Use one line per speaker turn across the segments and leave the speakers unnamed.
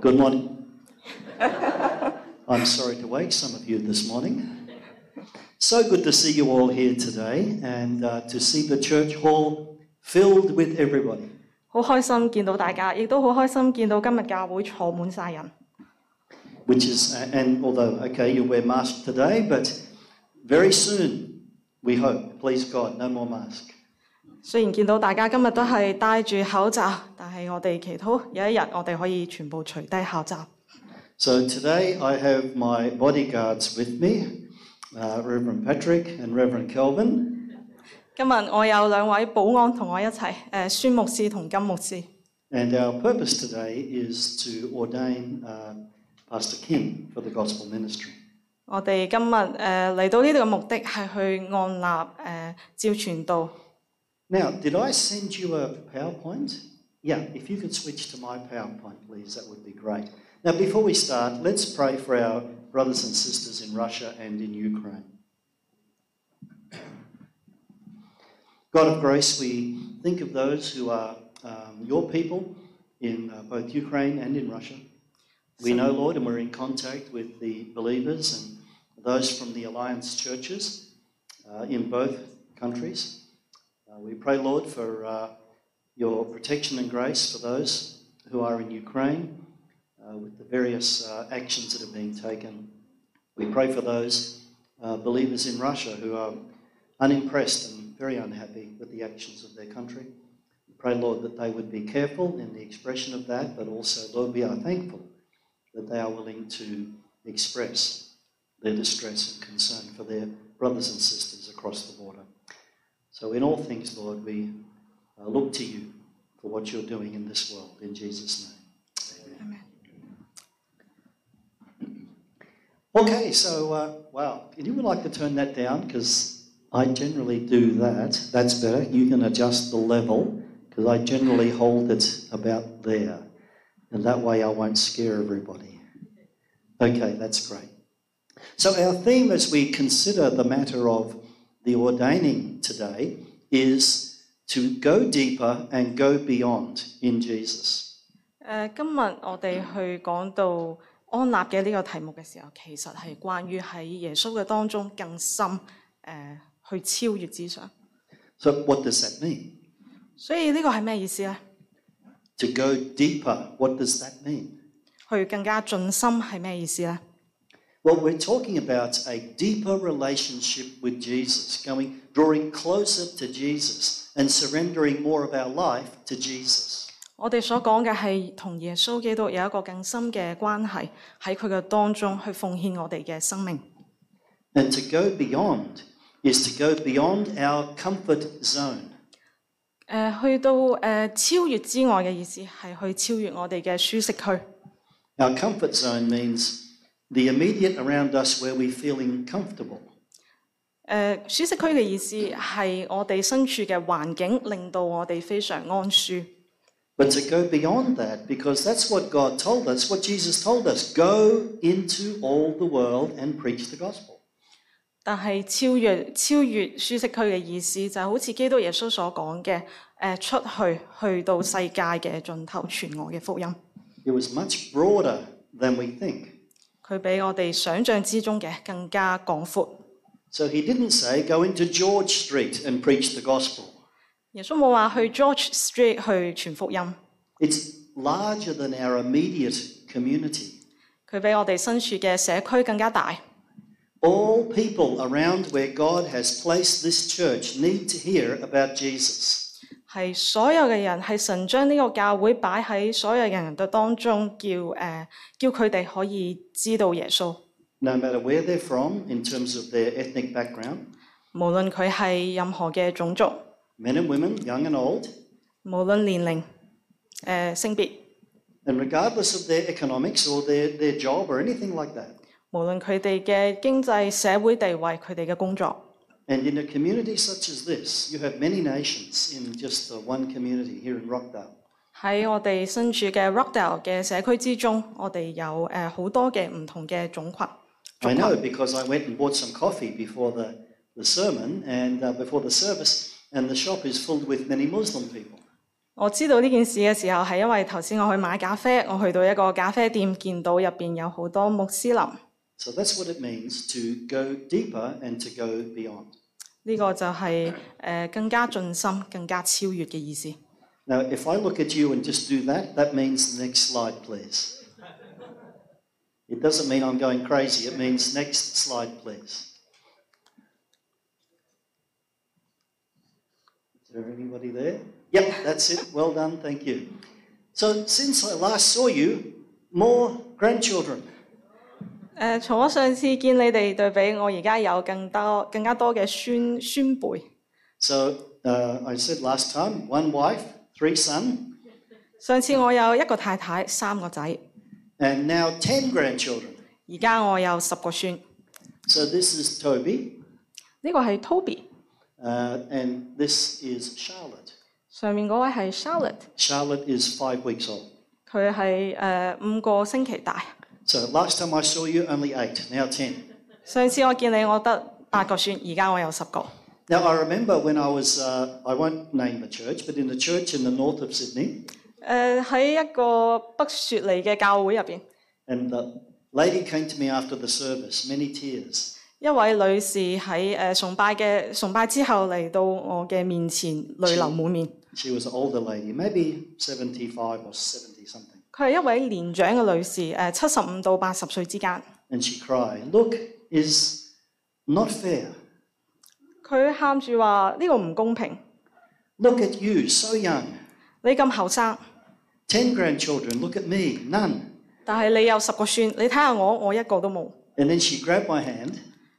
Good morning. I'm sorry to wake some of you this morning. So good to see you all here today and uh, to see the church hall filled with everybody.
好開心見到大家，亦都好開心見到今日教會坐滿晒人。
which is, uh, and although, okay, you wear mask today, but very soon, we hope, please God, no more mask.
雖然見到大家今日都係戴住口罩，但係我哋祈禱有一日我哋可以全部除低口罩。
So today I have my bodyguards with me, uh, Reverend Patrick and Reverend Kelvin.
今日我有兩位保安同我一齊，誒、孫牧師同金牧師。
And our purpose today is to ordain uh, Pastor Kim for the gospel ministry.
我哋今日誒嚟到呢度嘅目的係去按立誒、照傳道。
Now, did I send you a PowerPoint? Yeah, if you could switch to my PowerPoint, please, that would be great. Now, before we start, let's pray for our brothers and sisters in Russia and in Ukraine. God of grace, we think of those who are um, your people in uh, both Ukraine and in Russia. We know, Lord, and we're in contact with the believers and those from the alliance churches uh, in both countries. Uh, we pray, Lord, for uh, your protection and grace for those who are in Ukraine uh, with the various uh, actions that are being taken. We pray for those uh, believers in Russia who are unimpressed and very unhappy with the actions of their country. We pray, Lord, that they would be careful in the expression of that, but also, Lord, we are thankful that they are willing to express their distress and concern for their brothers and sisters across the border. So, in all things, Lord, we uh, look to you for what you're doing in this world. In Jesus' name. Amen. Okay, so, uh, wow. If you would like to turn that down, because I generally do that. That's better. You can adjust the level, because I generally hold it about there. And that way I won't scare everybody. Okay, that's great. So, our theme as we consider the matter of the ordaining today is to go deeper and go beyond in Jesus.
誒、今日我哋去講到安立嘅呢個題目嘅時候，其實係關於喺耶穌嘅當中更深誒、去超越之上。
So, what does that mean?
所以呢個係咩意思呢？
To go deeper, what does that mean?
去更加盡心係咩意思呢？
Well, we're talking about a deeper relationship with Jesus, going drawing closer to Jesus and surrendering more of our life to Jesus.
我哋所講嘅係同耶穌基督有一個更深嘅關係，喺佢嘅當中去奉獻我哋嘅生命。
And to go beyond is to go beyond our comfort zone.
誒、去到誒、呃超越之外嘅意思係去超越我哋嘅舒適區。
Our comfort zone means the immediate around us where we're feeling comfortable.
誒、舒適區嘅意思係我哋身處嘅環境令到我哋非常安舒。
But to go beyond that, because that's what God told us, what Jesus told us go into all the world and preach the gospel.
但係超越超越舒適區嘅意思就係好似基督耶穌所講嘅誒出去去到世界嘅盡頭傳我嘅福音。
It was much broader than we think.
佢比我哋想象之中嘅更加廣闊。
So he didn't say go into George Street and preach the gospel.
耶穌冇話去 George Street 去傳福音，
It's larger than our immediate community.
佢比我哋身處嘅社區更加大。
All people around where God has placed this church need to hear about Jesus.
係所有嘅人，係神將呢個教會擺喺所有嘅人嘅當中，叫誒、呃叫佢哋可以知道耶穌。
no matter where they're from in terms of their ethnic background,
無論佢係任何嘅種族，
men and women, young and old,
無論年齡、誒、性別，
and regardless of their economics or their, their job or anything like that.
無論佢哋嘅經濟社會地位，佢哋嘅工作。
And in a community such as this, you have many nations in just the one community here in Rockdale.
喺我哋身處嘅 Rockdale 嘅社區之中，我哋有誒好、多嘅唔同嘅種群。
I know because I went and bought some coffee before the, the sermon and uh, before the service, and the shop is filled with many Muslim people.
我知道呢件事嘅時候係因為頭先我去買咖啡，我去到一個咖啡店，見到入邊有好多穆斯林。
So that's what it means to go deeper and to go beyond.
呢、個就係、呃更加盡心、更加超越嘅意思。
Now, if I look at you and just do that, that means the next slide, please. It doesn't mean I'm going crazy, it means next slide, please. Is there anybody there? Yep, that's it. Well done, thank you. So, since I last saw you, more grandchildren.
誒、從我上次見你哋對比，我而家有更多、更加多嘅孫孫輩。
So, uh, I said last time one wife, three sons,
上次我有一個太太，三個仔，而
and now 10 grandchildren.
家我有十個孫。
So, this is Toby,
呢個係 Toby，
uh, and this is Charlotte.
上面嗰位係 Charlotte，
Charlotte is five weeks old.
佢係呃誒五個星期大。
So last time I saw you, only eight, now 10.
上次我見你，我得八個孫，而家我有十個。
Now, I remember when I was, uh, I won't name the church, but in the church in the north of Sydney,
誒呃喺一個北雪梨嘅教會入邊，
and the lady came to me after the service, many tears.
一位女士喺誒崇拜嘅崇拜之後嚟到我嘅面前，淚流滿面。
She was an older lady, maybe 75 or 70 something.
佢係一位年長嘅女士，誒七十五到八十歲之間。
And she cried, Look, is not fair.
佢喊住話：呢個唔公平，
Look at you, so young.
你咁後生，
10 grandchildren, look at me, none.
但係你有十個孫，你睇下我，我一個都冇。
And then she grabbed my hand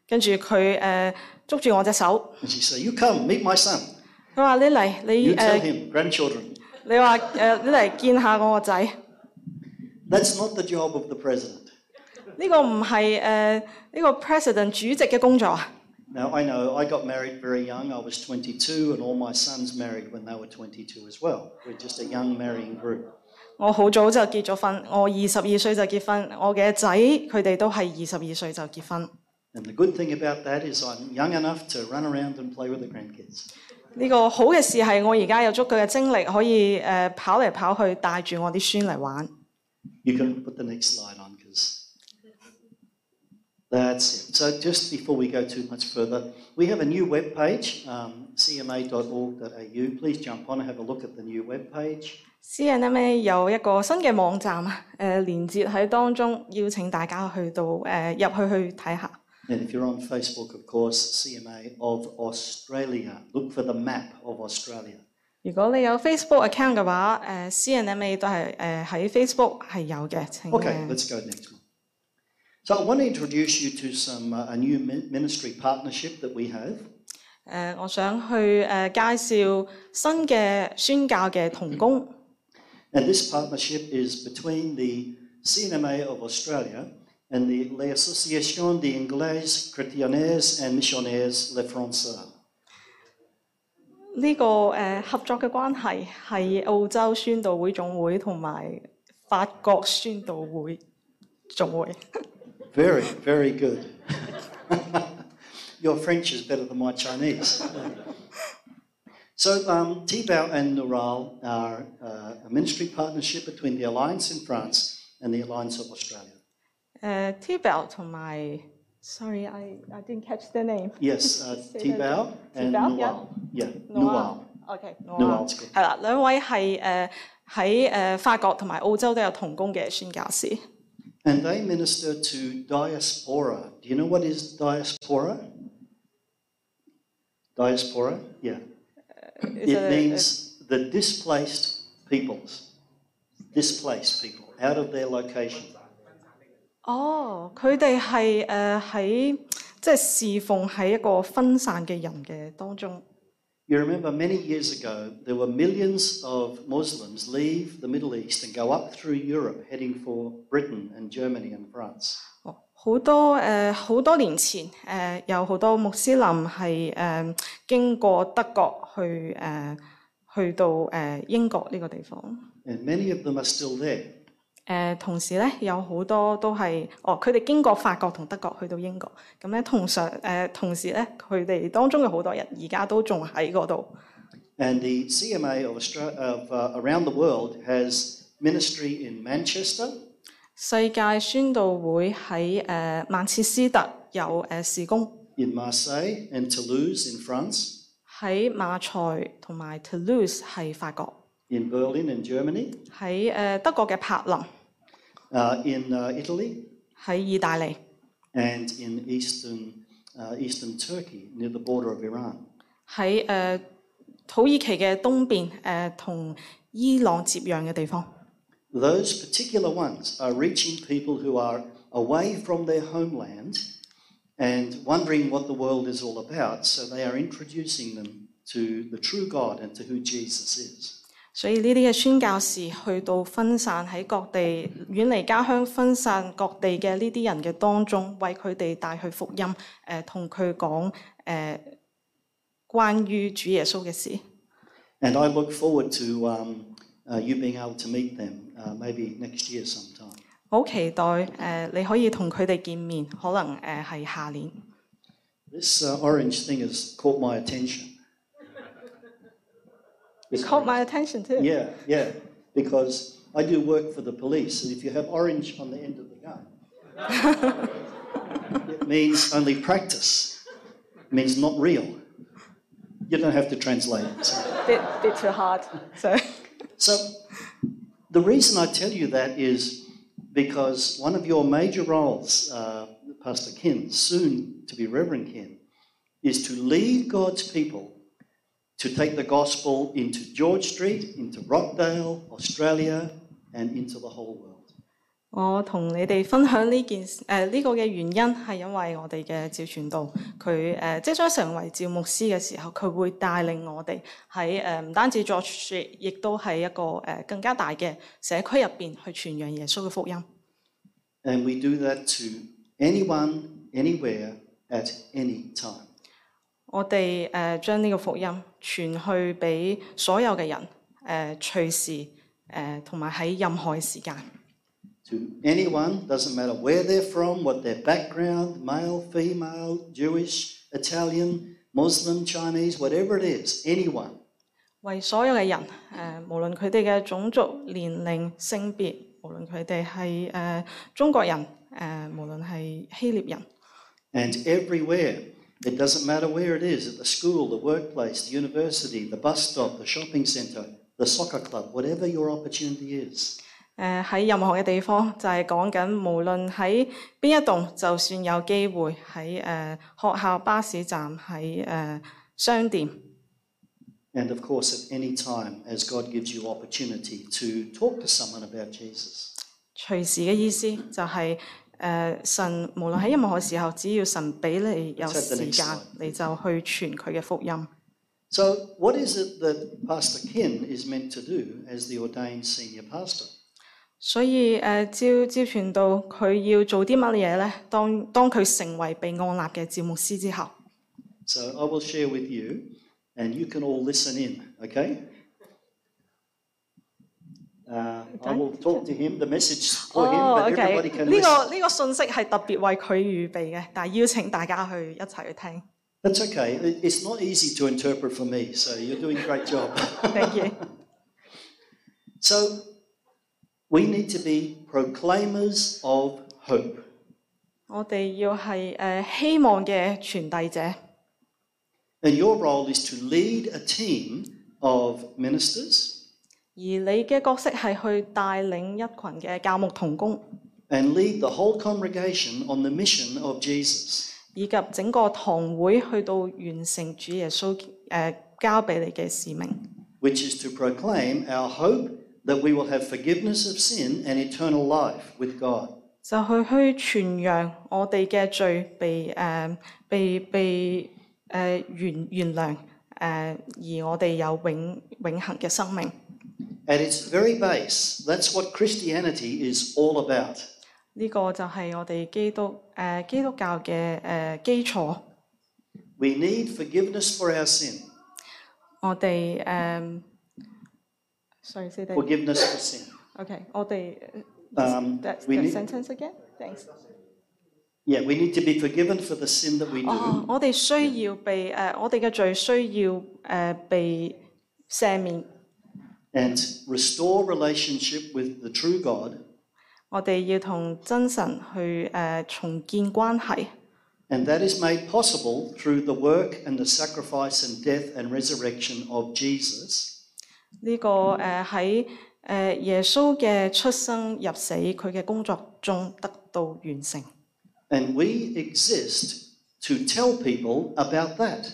跟住佢誒捉住我隻手，
and she said, You come, meet my son.
佢話：你嚟，你
You
誒、
tell him, grandchildren.
你話誒、你嚟見下我個仔。呢、
That's not the job of the president.
個唔係誒呢個 president 主席嘅工作啊。
Now, I know I got married very young. I was 22, and all my sons married when they were 22 as well. We're just a young marrying group.
我好早就結咗婚，我二十二歲就結婚，我嘅仔佢哋都係二十二歲就結婚。
And the good thing about that is I'm young enough to run around and play with the grandkids.
呢個好嘅事係我而家有足夠嘅精力可以誒、呃跑嚟跑去，帶住我啲孫嚟玩。
You can put the next slide on because that's it. So, just before we go too much further, we have a new webpage, um, cma.org.au. Please jump on and have a look at the new webpage.
CNMA 有一個新嘅網站啊， 誒、連接喺當中，邀請大家去到誒、呃入去去睇下。
And if you're on Facebook, of course, CMA of Australia. Look for the map of Australia.
如果你有 Facebook account 嘅話，誒、CNMA 都係誒喺 Facebook 係有嘅。請
Okay,
呃
let's go next one. So I want to introduce you to some uh, a new min- ministry partnership that we have.
誒、我想去誒、呃介紹新嘅宣教嘅童工。
And this partnership is between the CNMA of Australia and the L'Association des Anglais Chrétiennes and Missionnaires Le Français.
呢、個誒、呃合作嘅關係係澳洲宣道會總會同埋法國宣道會總會。
Very, very good. Your French is better than my Chinese. So, um, Tibau and Noral are uh, a ministry partnership between the Alliance in France and the Alliance of Australia.
誒 Tibel 同埋，sorry，I I didn't catch the name。
Yes, uh,
Say that
Tibau and
Tibau, yeah.
Noral. Yeah,
Noel
Noral.
OK，
Noel
諾
is
亞
good
係啦，兩位係誒喺誒法國同埋澳洲都有同工嘅宣教師。
And they minister to diaspora. Do you know what is diaspora? Diaspora? Yeah.
Is
It
a-
means the displaced peoples, displaced people out of their location.
哦，佢哋係誒喺即係侍奉喺一個分散嘅人嘅當中。
You remember many years ago, there were millions of Muslims leave the Middle East and go up through Europe, heading for Britain and Germany and France.
哦好多誒好、多年前誒、呃有好多穆斯林係誒、呃、經過德國去誒、呃去到誒、呃英國呢個地方。
And many of them are still there.
誒、呃同時咧，有好多都係哦，佢哋經過法國同德國去到英國，呃咁咧同上誒、同時咧，佢哋當中有好多人而家都仲喺嗰度。
And the CMA of, Austra- of uh, around the world has ministry in Manchester,
世界宣道會喺誒、呃曼徹斯特有誒、呃事工，
in Marseille, and Toulouse in France,
喺馬賽同埋 Toulouse 係法國，
in Berlin in Germany,
喺誒、呃德國嘅柏林，
uh, in uh, Italy,
喺意大利，
and in eastern, uh, eastern Turkey near the border of Iran.
喺誒、呃土耳其嘅東邊誒同、伊朗接壤嘅地方。
Those particular ones are reaching people who are away from their homeland and wondering what the world is all about, so they are introducing them to the true God and to who Jesus is.
所以呢啲嘅宣教士去到分散喺各地遠離家鄉、分散各地嘅呢啲人嘅當中，為佢哋帶去福音，誒、同佢講誒關於主耶穌嘅事。
And I look forward to um, uh, you being able to meet them uh, maybe next year sometime.
好期待誒、呃你可以同佢哋見面，可能誒係、下年。
This uh, orange thing has caught my attention. This
Caught my attention too.
Yeah, yeah, because I do work for the police, and if you have orange on the end of the gun, it means only practice. It means not real. You don't have to translate it. So-
Bit bit too hard. So
So, the reason I tell you that is because one of your major roles, uh, Pastor Kin, soon to be Reverend Kin, is to lead God's people to take the gospel into George Street, into Rockdale, Australia, and into the whole world.
我同你哋分享呢件呃誒呢、個嘅原因係因為我哋嘅趙傳道佢誒、呃即將成為趙牧師嘅時候，佢會帶領我哋喺誒唔單止 George Street，亦都係一個誒、呃更加大嘅社區入邊去傳揚耶穌嘅福音。
And we do that to anyone, anywhere, at any time.
我哋誒、呃、將呢個福音傳去俾所有嘅人，誒、呃、隨時誒同埋喺任何嘅時間，
To anyone, doesn't matter where they're from, what their background, male, female, Jewish, Italian, Muslim, Chinese, whatever it is, anyone.
為所有嘅人誒、呃，無論佢哋嘅種族、年齡、性別，無論佢哋係誒中國人誒、呃，無論係希臘人，
And everywhere. It doesn't matter where it is at the school, the workplace, the university, the bus stop, the shopping centre, the soccer club, whatever your opportunity is.
誒呃喺任何嘅地方，就係講緊無論喺邊一棟，就算有機會喺誒、呃學校、巴士站、喺誒、呃商店。
And of course, at any time, as God gives you opportunity to talk to someone about Jesus.
隨時嘅意思就係、呃神無論喺任何時候，只要神俾你有
Let's have the
時
next
間
slide.，
你就去傳佢嘅福音。
So, what is it that Pastor Kin is meant to do as the ordained senior pastor?
所以誒、呃照照傳道佢要做啲乜嘢咧？當當佢成為被按立嘅趙牧師之後，
So, I will share with you, and you can all listen in, okay? Uh, I will talk to him, the message for him, but
OK，
everybody
呢
can
個
listen.
呢個信息係特別為佢預備嘅，但係邀請大家去一齊去聽。
That's okay. It- It's not easy to interpret for me, so you're doing a great job.
Thank you。
so, we need to be proclaimers of hope.
我哋要係誒、呃希望嘅傳遞者。
And your role is to lead a team of ministers
而你嘅角色係去帶領一群嘅教牧同工，
and lead the whole congregation on the mission of Jesus.
以及整個堂會去到完成主耶穌誒、呃交俾你嘅使命，
which is to proclaim our hope that we will have forgiveness of sin and eternal life with God.
就去去傳揚我哋嘅罪被誒、呃被被誒、呃原原諒誒、呃而我哋有永永恆嘅生命。
At its very base, that's what Christianity is all about.
呢、個就係我哋基督誒、呃基督教嘅誒、呃基礎。
We need forgiveness for our sin,
我哋誒、呃、，sorry，say that
forgiveness for sin.
OK，我哋。呃
Um,
That's
we
that
need,
sentence again. Thanks.
yeah, we need to be forgiven for the
Uh-huh. 哦
sin that we do,
哦，我哋需要被誒、呃我哋嘅罪需要誒、呃被赦免，
and restore relationship with the true God
我哋要同真神去誒、呃重建關係。
And that is made possible through the work and the sacrifice and death and resurrection of Jesus,
呢、個誒喺誒耶穌嘅出生入死，佢嘅工作中得到完成。
and we exist to tell people about that.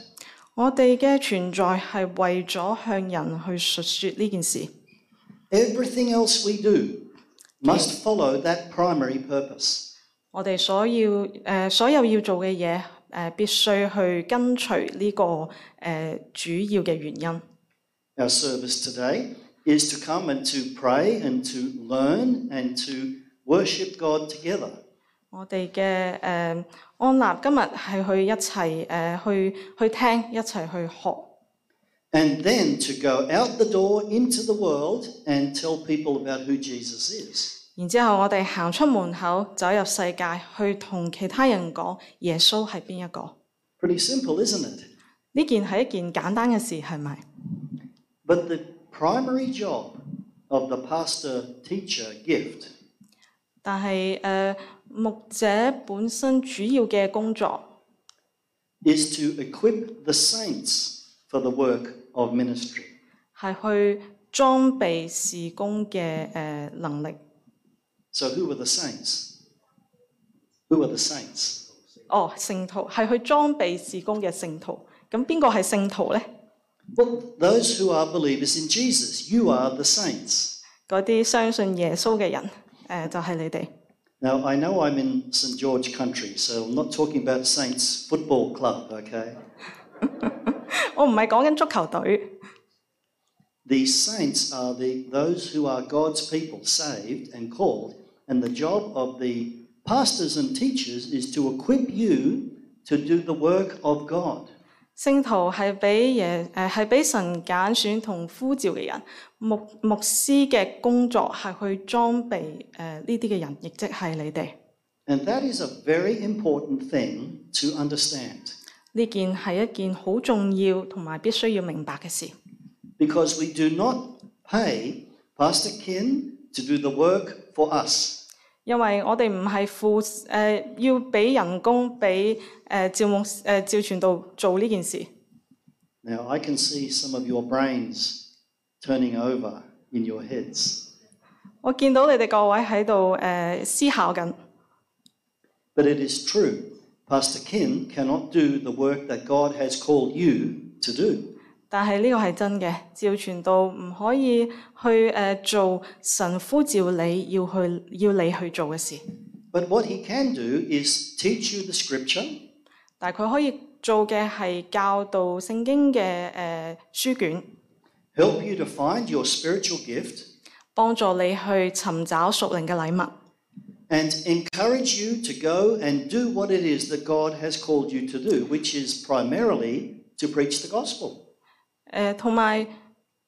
我哋嘅存在係為咗向人去述説呢件事，
Everything else we do must follow that primary purpose.
我哋所要誒、呃所有要做嘅嘢誒必須去跟隨呢、個誒、呃主要嘅原因。
Our service today is to come and to pray and to learn and to worship God together.
我哋嘅誒呃安立今日係去一齊誒、呃去去聽，一齊去學，
And then to go out the door into the world and tell people about who Jesus is.
然之後我哋行出門口，走入世界，去同其他人講耶穌係邊一個。
Pretty simple, isn't it?
呢件係一件簡單嘅事，係咪？
But the primary job of the pastor teacher gift
但係誒、呃牧者本身主要嘅工作
is to equip the saints for the work of ministry.
係去裝備事工嘅誒、呃能力。
So, who were the saints? Who were the saints?
哦，聖徒係去裝備事工嘅聖徒。咁邊個係聖徒呢？
Well, those who are believers in Jesus. You are the saints.
嗰啲相信耶穌嘅人，誒、就係、你哋。
Now, I know I'm in St. George country, so I'm not talking about Saints Football Club, okay?
我唔係講緊足球隊。
The saints are the, those who are God's people, saved and called. And the job of the pastors and teachers is to equip you to do the work of God.
聖徒係俾耶誒係俾神揀選同呼召嘅人，牧牧師嘅工作係去裝備誒呢啲嘅人，亦即係你哋。
And that is a very important thing to understand
呢件係一件好重要同埋必須要明白嘅事，
because we do not pay Pastor Kin to do the work for us.
因為我哋唔係付誒、呃要俾人工俾誒、呃趙牧誒、呃趙傳道做呢件事。
Now, I can see some of your brains turning over in your heads.
我見到你哋各位喺度誒思考緊，
But it is true, Pastor Kim cannot do the work that God has called you to do.
但係呢個係真嘅。趙傳道唔可以去誒、呃做神呼召你要去要你去做嘅事，
But what he can do is teach you the scripture,
但係佢可以做嘅係教導聖經嘅誒、呃、書卷，
help you to find your spiritual gift,
幫助你去尋找屬靈嘅禮物。
and encourage you to go and do what it is that God has called you to do, which is primarily to preach the gospel.
誒呃同埋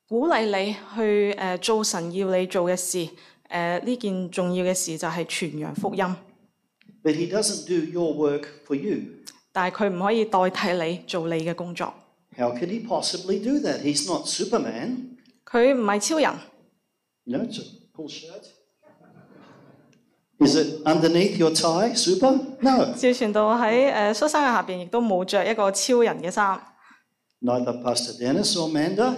鼓勵你去誒、呃做神要你做嘅事。誒、呃呢件重要嘅事就係傳揚福音，
But he doesn't do your work for you.
但係佢唔可以代替你做你嘅工作。
How could he possibly do that? He's not Superman.
佢唔係超人，
You know, it's a cool shirt. Is it underneath your tie, super? No.
趙傳道喺誒恤衫嘅下邊亦都冇着一個超人嘅衫。
Neither Pastor Dennis or Manda,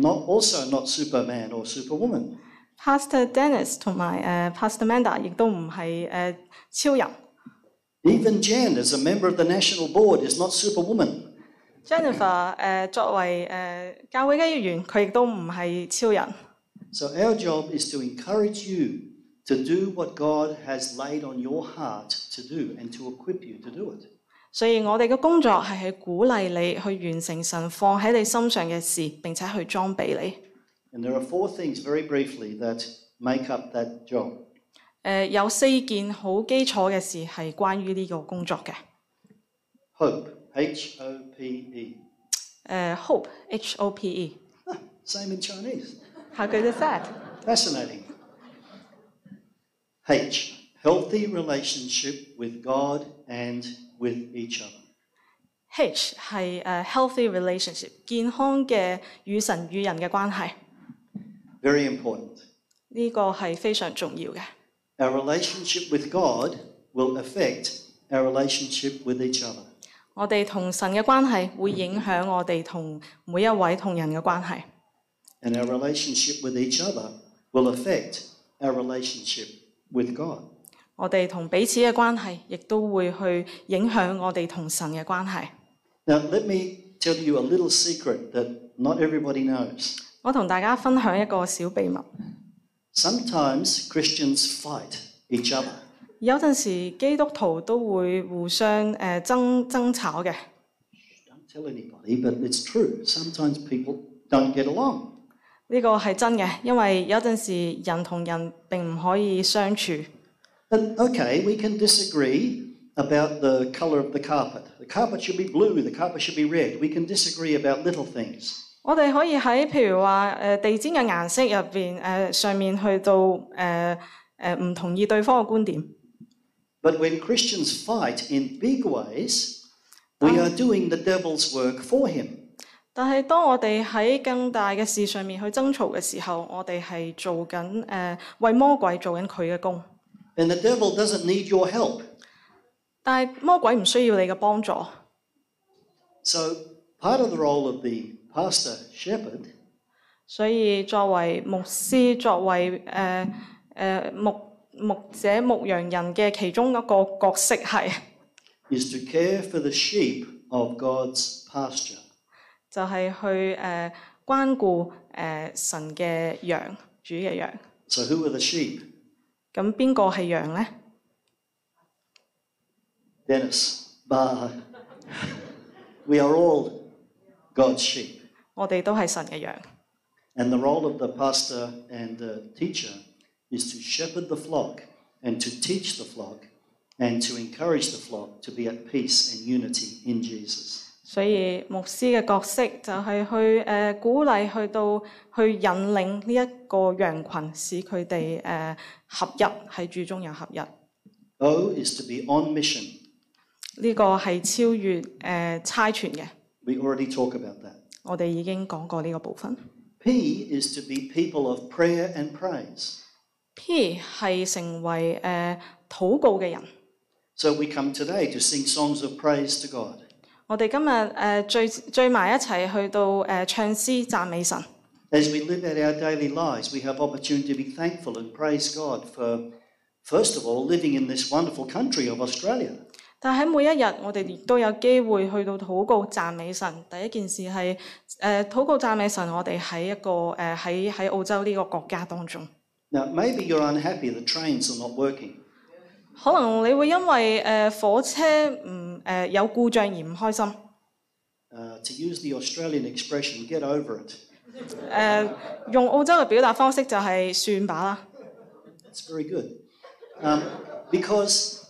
not also not Superman or Superwoman.
Pastor Dennis 同埋誒 Pastor Manda 亦都唔係誒超人。
Even Jan, as a member of the national board, is not Superwoman.
Jennifer 誒、作為誒、教會嘅一員，佢亦都唔係超人。
So our job is to encourage you to do what God has laid on your heart to do and to equip you to do it.
所以我哋嘅工作係去鼓勵你去完成神放喺你心上嘅事，並且去裝備你。誒、
And there are four things, very briefly, that make up that job.
有四件好基礎嘅事係關於呢個工作嘅。誒、
Hope, H O P E.
hope H O P E
Same in Chinese.
how good is that？
Fascinating. H. Healthy relationship with God and with each other.
H 係誒 healthy relationship，健康嘅與神與人嘅關係，
Very important.
呢、個係非常重要嘅。
Our relationship with God will affect our relationship with each other.
我哋同神嘅關係會影響我哋同每一位同人嘅關係，
And our relationship with each other will affect our relationship with God.
我哋同彼此嘅關係亦都會去影響我哋同神嘅關係。
Now, let me tell you a little secret that not everybody knows.
我同大家分享一個小秘密，
Sometimes Christians fight each other.
有陣時基督徒都會互相誒、呃、爭爭吵嘅。
Don't tell anybody, but it's true. Sometimes people don't get along.
呢個係真嘅，因為有陣時人同人並唔可以相處。
And okay, we can disagree about the colour of the carpet. The carpet should be blue, the carpet should be red. We can disagree about little things.
我哋可以喺譬如話誒、呃地氈嘅顏色入邊誒上面去到誒誒唔同意對方嘅觀點。
But when Christians fight in big ways, we are doing the devil's work for him.
但係當我哋喺更大嘅事上面去爭吵嘅時候，我哋係做緊誒、呃、為魔鬼做緊佢嘅工。
And the devil doesn't need your help.
但係魔鬼唔需要你嘅幫助，
So, part of the role of the pastor shepherd
所以作為牧師，作為誒誒、呃呃牧牧者牧羊人嘅其中一個角色係。
is to care for the sheep of God's pasture.
就係去誒、呃、關顧誒、呃神嘅羊，主嘅羊。
So, who are the sheep?
咁邊個係羊呢？
Dennis, Bah. we are all God's sheep.
我哋都係神嘅羊。
And the role of the pastor and the teacher is to shepherd the flock and to teach the flock and to encourage the flock to be at peace and unity in Jesus.
所以牧師嘅角色就係去誒、呃鼓勵，去到去引領呢一個羊群，使佢哋誒合一，喺主中有合一。
O is to be on mission.
呢、個係超越誒、呃差傳嘅。
We already talk about that.
我哋已經講過呢個部分。
P is to be people of prayer and praise.
P 係成為誒、呃禱告嘅人。
So we come today to sing songs of praise to God.
我哋今日誒、呃聚聚埋一齊去到誒、呃唱詩讚美神。
As we live out our daily lives, we have opportunity to be thankful and praise God for, first of all, living in this wonderful country of Australia.
但喺每一日，我哋亦都有機會去到禱告讚美神。第一件事係誒、呃、禱告讚美神，我哋喺一個誒喺喺澳洲呢個國家當中，
Now, maybe you're unhappy the trains are not working.
可能你會因為誒、呃火車唔誒、呃有故障而唔開心。誒、
Uh, to use the Australian expression, get over it.
呃用澳洲嘅表達方式就係算吧啦。
It's very good. Um, because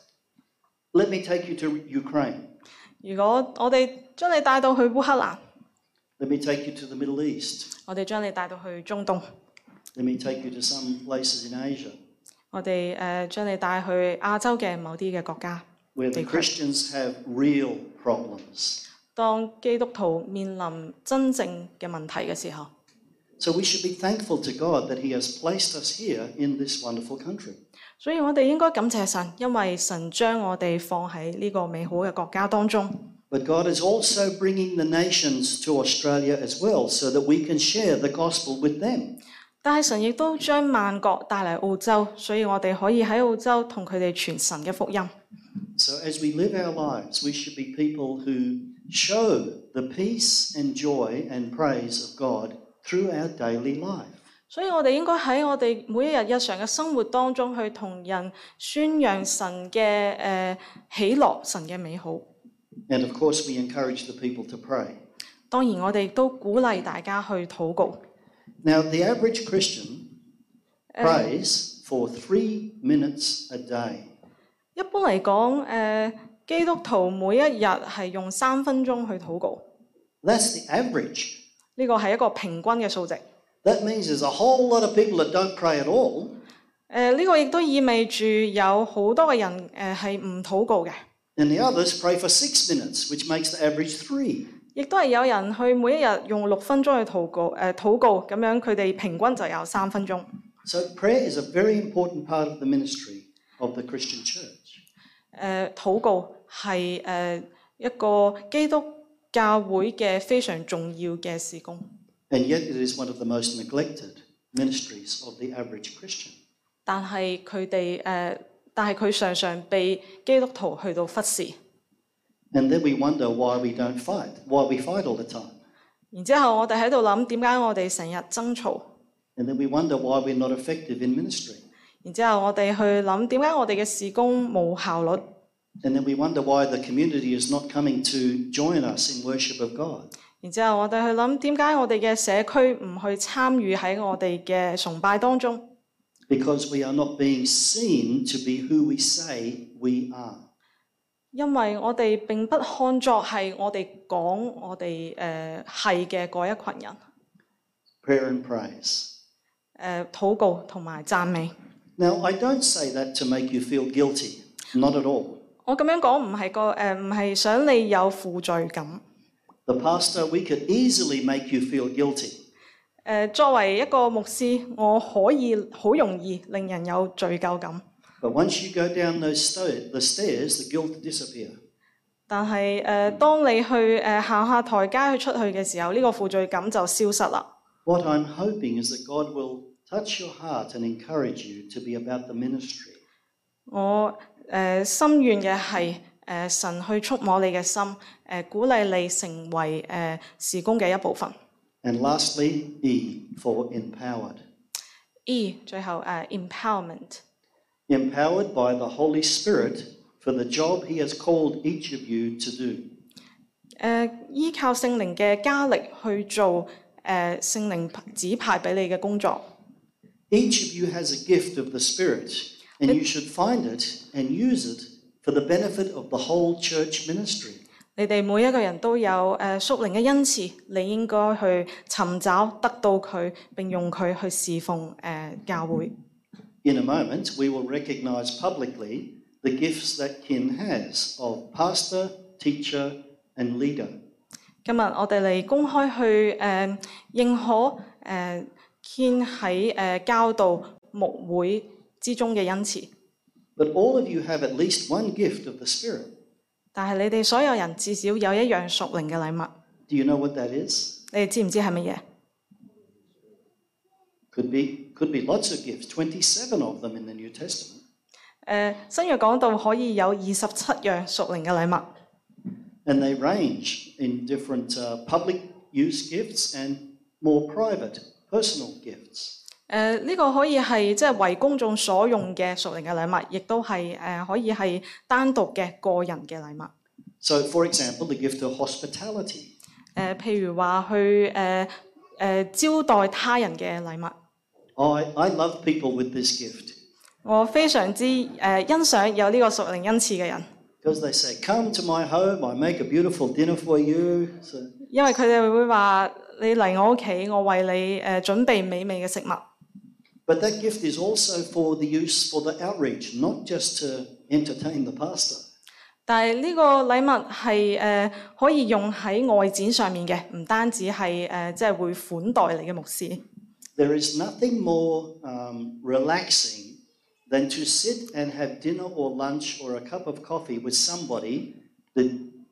let me take you to Ukraine.
如果我哋將你帶到去烏克蘭，
Let me take you to the Middle East.
我哋將你帶到去中東，
Let me take you to some places in Asia.
我哋誒、呃、將你帶去亞洲嘅某啲嘅國家。
where the
Big
Christians have real problems.
當基督徒面臨真正嘅問題嘅時候，
So we should be thankful to God that He has placed us here in this wonderful country.
所以我哋應該感謝神，因為神將我哋放喺呢個美好嘅國家當中。
But God is also bringing the nations to Australia as well so that we can share the gospel with them.
但係神亦都將萬國帶嚟澳洲，所以我哋可以喺澳洲同佢哋傳神嘅福音。
So as we live our lives, we should be people who show the peace and joy and praise of God through our daily life.
所以我哋應該喺我哋每一日日常嘅生活當中去同人宣揚神嘅誒、呃喜樂、神嘅美好。
And of course, we encourage the people to pray.
當然，我哋亦都鼓勵大家去禱告。
Now, the average Christian
誒
prays for three minutes a day.
一般嚟講，誒、呃基督徒每一日係用三分鐘去禱告，
That's the average.
呢個係一個平均嘅數值。誒、
That means there's a whole lot of people that don't pray at all,
呃呢、個亦都意味住有好多嘅人誒係唔禱告嘅，
And the others pray for six minutes, which makes the average three.
亦都係有人去每一日用六分鐘去禱告，誒、禱告咁樣，佢哋平均就有三分鐘。誒、
So prayer is a very important part of the ministry of the Christian church.
呃禱告係誒、呃一個基督教會嘅非常重要嘅事工，
And yet it is one of the most neglected ministries of the average Christian.
但係佢哋誒，但係佢常常被基督徒去到忽視。
And then we wonder why we don't fight, why we fight all the time.
然之後我哋喺度諗點解我哋成日爭吵，
And then we wonder why we're not effective in ministry.
然之後我哋去諗點解我哋嘅事工冇效率。
And then we wonder why the community is not coming to join us in worship of God.
然之後，我哋去諗點解我哋嘅社區唔去參與喺我哋嘅崇拜當中，
Because we are not being seen to be who we say we are.
因為我哋並不看作係我哋講我哋誒係嘅嗰一群人。誒、
Prayer and praise.
呃禱告同埋讚美。
Now, I don't say that to make you feel guilty, not at all.
我咁樣講唔係個誒，唔、係想你有負罪感。誒、
The pastor, we could easily make you feel guilty.
呃作為一個牧師，我可以好容易令人有罪疚感，
But once you go down those sto- the stairs, the guilt disappear.
但係誒、呃當你去誒、行下台階去出去嘅時候，呢、個負罪感就消失啦。
What I'm hoping is that God will touch your heart and encourage you to be about the ministry.
我誒、呃心願嘅係誒神去觸摸你嘅心，誒、鼓勵你成為誒、呃事工嘅一部分。
And lastly, E for empowered.
E 最後誒、呃 empowerment
Empowered by the Holy Spirit for the job He has called each of you to do.
誒、呃依靠聖靈嘅加力去做誒、呃、聖靈指派俾你嘅工作。
Each of you has a gift of the Spirit, and you should find it and use it for the benefit of the whole church ministry.
你哋每一個人都有誒、呃、屬靈嘅恩賜，你應該去尋找得到佢，並用佢去侍奉誒、呃教會。
In a moment, we will recognize publicly the gifts that Kin has of pastor, teacher, and leader.
今日我哋嚟公開去誒、呃、認可誒堅喺誒教導牧會之中嘅恩賜，
But all of you have at least one gift of the Spirit.
但係你哋所有人至少有一樣屬靈嘅禮物，
Do you know what that is?
你哋知唔知係乜嘢？
Could be, could be lots of gifts, 27 of them in the New Testament.
誒、呃新約講到可以有二十七樣屬靈嘅禮物，
And they range in different uh, public use gifts and more private, personal gifts.
誒、呃呢、個可以係即係為公眾所用嘅屬靈嘅禮物，亦都係誒、呃可以係單獨嘅個人嘅禮物。
So, for example, the gift of hospitality,
誒、呃譬如話去誒誒、招待他人嘅禮物。
I, I love people with this gift
我非常之誒、呃欣賞有呢個屬靈恩賜嘅人，
because they say, Come to my home, I make a beautiful dinner for you. So,
因為佢哋會話你嚟我屋企，我為你誒、呃、準備美味嘅食物。
but that gift is also for the use for the outreach, not just to entertain the pastor.
但係呢個禮物係誒、呃可以用喺外展上面嘅，唔單止係誒、呃即係會款待你嘅牧師。
There is nothing more um, relaxing than to sit and have dinner or lunch or a cup of coffee with somebody that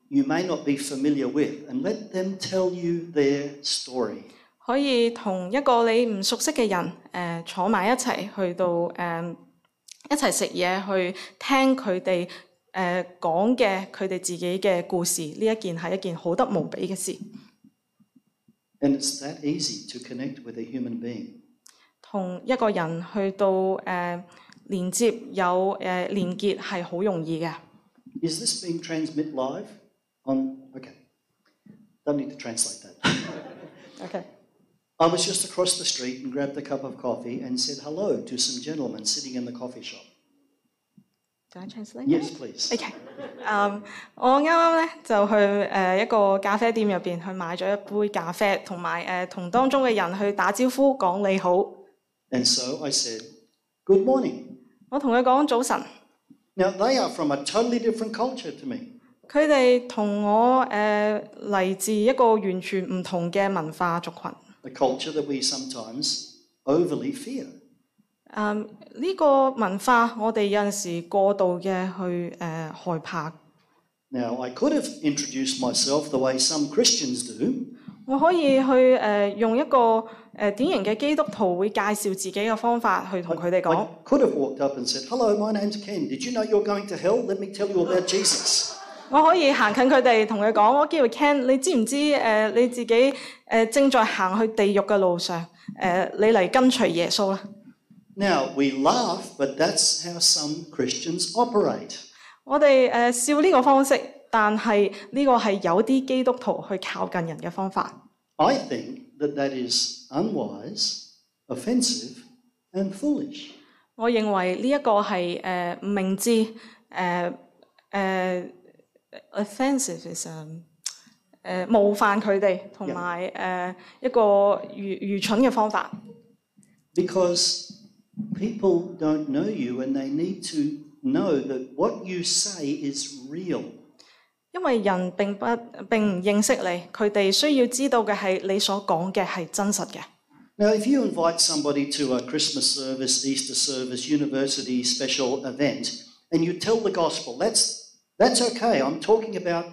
you may not be familiar with and let them tell you their story.
可以同一個你唔熟悉嘅人誒、呃坐埋一齊去到誒、呃一齊食嘢，去聽佢哋誒講嘅佢哋自己嘅故事，呢一件係一件好得無比嘅事。
And it's that easy to connect with a human being.
同一個人去到誒、呃、連接有誒、呃、連結係好容易嘅。
Is this being transmit live? On okay. Don't need to translate that.
OK，
I was just across the street and grabbed a cup of coffee and said hello to some gentlemen sitting in the coffee shop.
就係 translate。
Yes, please.
OK，嗯，我啱啱咧就去誒、呃一個咖啡店入邊去買咗一杯咖啡，同埋誒同當中嘅人去打招呼講你好。
And so I said, Good morning.
我同佢講早晨，
Now, they are from a totally different culture to me.
佢哋同我誒嚟、自一個完全唔同嘅文化族群。
the culture that we sometimes overly fear.
誒嗯呢、個文化，我哋有陣時過度嘅去誒、呃害怕。
Now, I could have introduced myself the way some Christians do,
我可以去誒、呃用一個誒、呃典型嘅基督徒會介紹自己嘅方法去同佢哋
I
講。
could have walked up and said, Hello, my name's Ken. Did you know you're going to hell? Let me tell you about Jesus.
我可以行近佢哋，同佢講：我叫 Ken，你知唔知誒、呃你自己誒、呃正在行去地獄嘅路上？誒、呃你嚟跟隨耶穌啦！
Now, we laugh, but that's how some Christians operate.
我哋誒、呃笑呢個方式，但係呢個係有啲基督徒去靠近人嘅方法。
I think that that is unwise, offensive, and foolish.
我認為呢一個係誒唔明智誒誒、呃呃 offensive 其實誒冒犯佢哋，同埋誒一個愚愚蠢嘅方法。
Because people don't know you and they need to know that what you say is real.
因為人並不並唔認識你，佢哋需要知道嘅係你所講嘅係真實嘅。
Now, if you invite somebody to a Christmas service, Easter service, university special event, and you tell the gospel, that's, that's okay. I'm talking about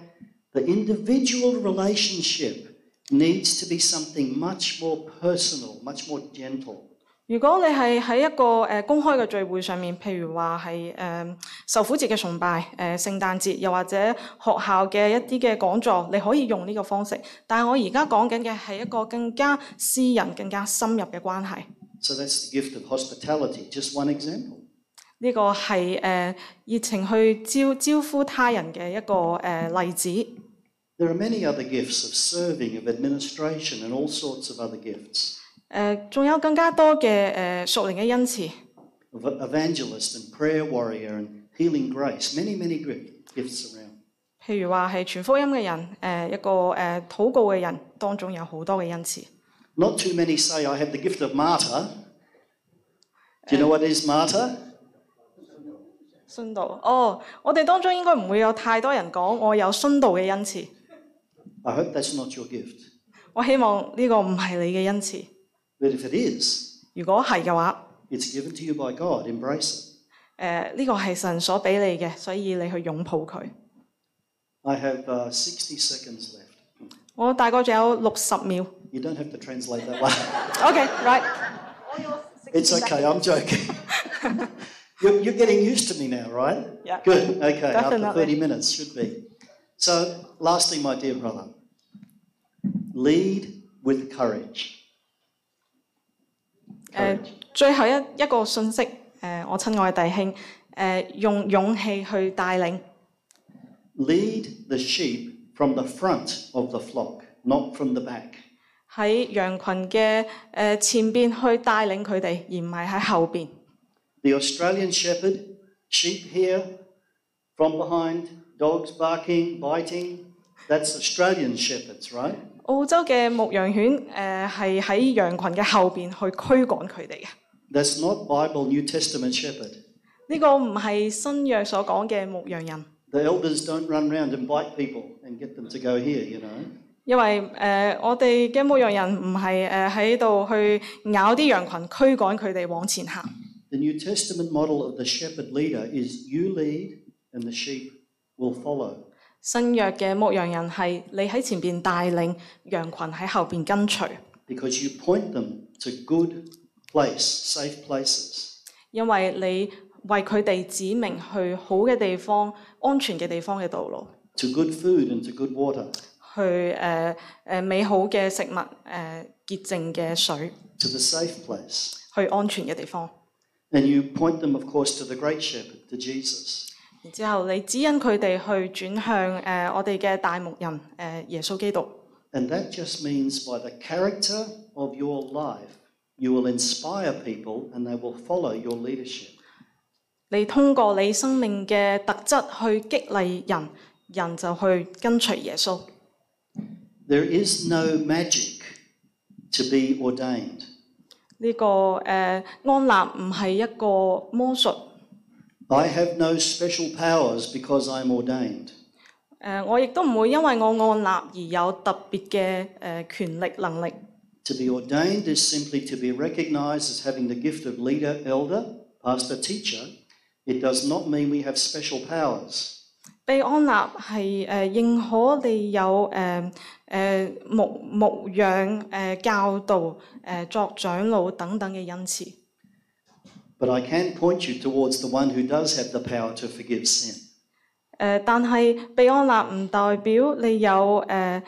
the individual relationship needs to be something much more personal, much more gentle.
如果你係喺一個誒、呃公開嘅聚會上面，譬如話係誒受苦節嘅崇拜、誒、呃、聖誕節，又或者學校嘅一啲嘅講座，你可以用呢個方式。但係我而家講緊嘅係一個更加私人、更加深入嘅關係。
So that's the gift of hospitality, just one example.
呢、個係誒、呃、熱情去招招呼他人嘅一個誒、呃例子。
There are many other gifts of serving, of administration, and all sorts of other gifts
誒、呃仲有更加多嘅誒屬靈嘅恩賜。
of evangelist and prayer warrior and healing grace, many, many gri- gifts around.
譬如話係傳福音嘅人，誒、一個誒、呃禱告嘅人，當中有好多嘅恩賜。
Not too many say, I have the gift of martyr. Do you know what is martyr?
殉道哦，我哋當中應該唔會有太多人講我有殉道嘅恩賜。
I hope that's not your gift.
我希望呢個唔係你嘅恩賜。
But if it is,
如果係嘅話，
it's given to you by God. Embrace
誒、呃呢個係神所俾你嘅，所以你去擁抱佢。
it. I have uh, 60 seconds left.
我大概仲有六十秒。
You don't have to translate that one.
OK，right、
it's okay, I'm joking. you're, you're getting used to me now, right?
Yeah.
Good, okay, after
Definitely.
30 minutes, should be. So, lastly, my dear brother, lead with courage.
誒、呃最後一一個信息，誒、呃我親愛嘅弟兄，誒、呃用勇氣去帶領。
Lead the sheep from the front of the flock, not from the back.
喺羊群嘅誒前邊去帶領佢哋，而唔係喺後邊。
The Australian shepherd, sheep here, from behind, dogs barking, biting. That's Australian shepherds, right?
澳洲嘅牧羊犬誒係喺羊群嘅後邊去驅趕佢哋嘅。
That's not Bible New Testament shepherd.
呢、個唔係新約所講嘅牧羊人，
The elders don't run round and bite people and get them to go here, you know.
因為誒、呃我哋嘅牧羊人唔係誒喺度去咬啲羊群驅趕佢哋往前行。
The New Testament model of the shepherd leader is you lead and the sheep will follow.
新約嘅牧羊人係你喺前邊帶領羊群喺後邊跟隨，
because you point them to good place, safe places.
因為你為佢哋指明去好嘅地方、安全嘅地方嘅道路。
To good food and to good water,
去誒誒、呃呃美好嘅食物，誒、呃、潔淨嘅水，
to the safe place.
去安全嘅地方。
And you point them, of course, to the great shepherd, to Jesus.
然之後，你指引佢哋去轉向誒、呃我哋嘅大牧人誒、呃耶穌基督。
And that just means by the character of your life, you will inspire people and they will follow your leadership.
你通過你生命嘅特質去激勵人，人就去跟隨耶穌。
There is no magic to be ordained.
呢、個誒、呃安立唔係一個魔術，
I have no special powers because I am ordained.
誒，呃我亦都唔會因為我按立而有特別嘅誒權力能力。
To be ordained is simply to be recognized as having the gift of leader, elder, pastor, teacher. It does not mean we have special powers.
被安立係誒呃認可你有誒誒、呃牧牧養誒、呃教導誒、呃作長老等等嘅恩賜，
But I can point you towards the one who does have the power to forgive sin.
誒呃但係被安立唔代表你有誒誒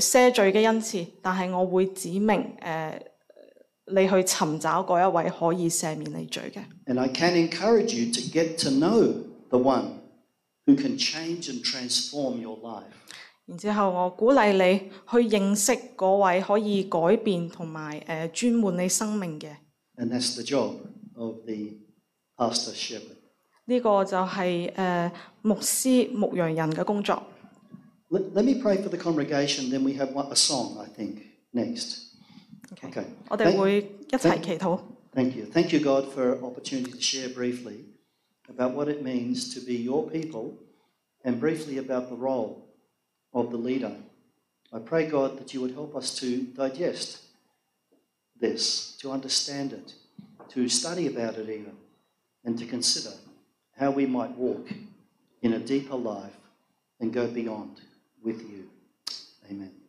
赦罪嘅恩賜，但係我會指明誒、呃你去尋找嗰一位可以赦免你罪嘅。
And I can encourage you to get to know the one who can change and transform your life.
然之後，我鼓勵你去認識嗰位可以改變同埋誒專門你生命嘅。
And that's the job of the pastor shepherd.
呢個就係、呃牧師牧羊人嘅工作。
Let, let me pray for the congregation, then we have one, a song, I think, next.
OK，
Okay.
我哋
Thank-
會一齊祈禱。
Thank you. Thank you, God, for opportunity to share briefly about what it means to be your people and briefly about the role of the leader. I pray, God, that you would help us to digest this, to understand it, to study about it even, and to consider how we might walk in a deeper life and go beyond with you. Amen.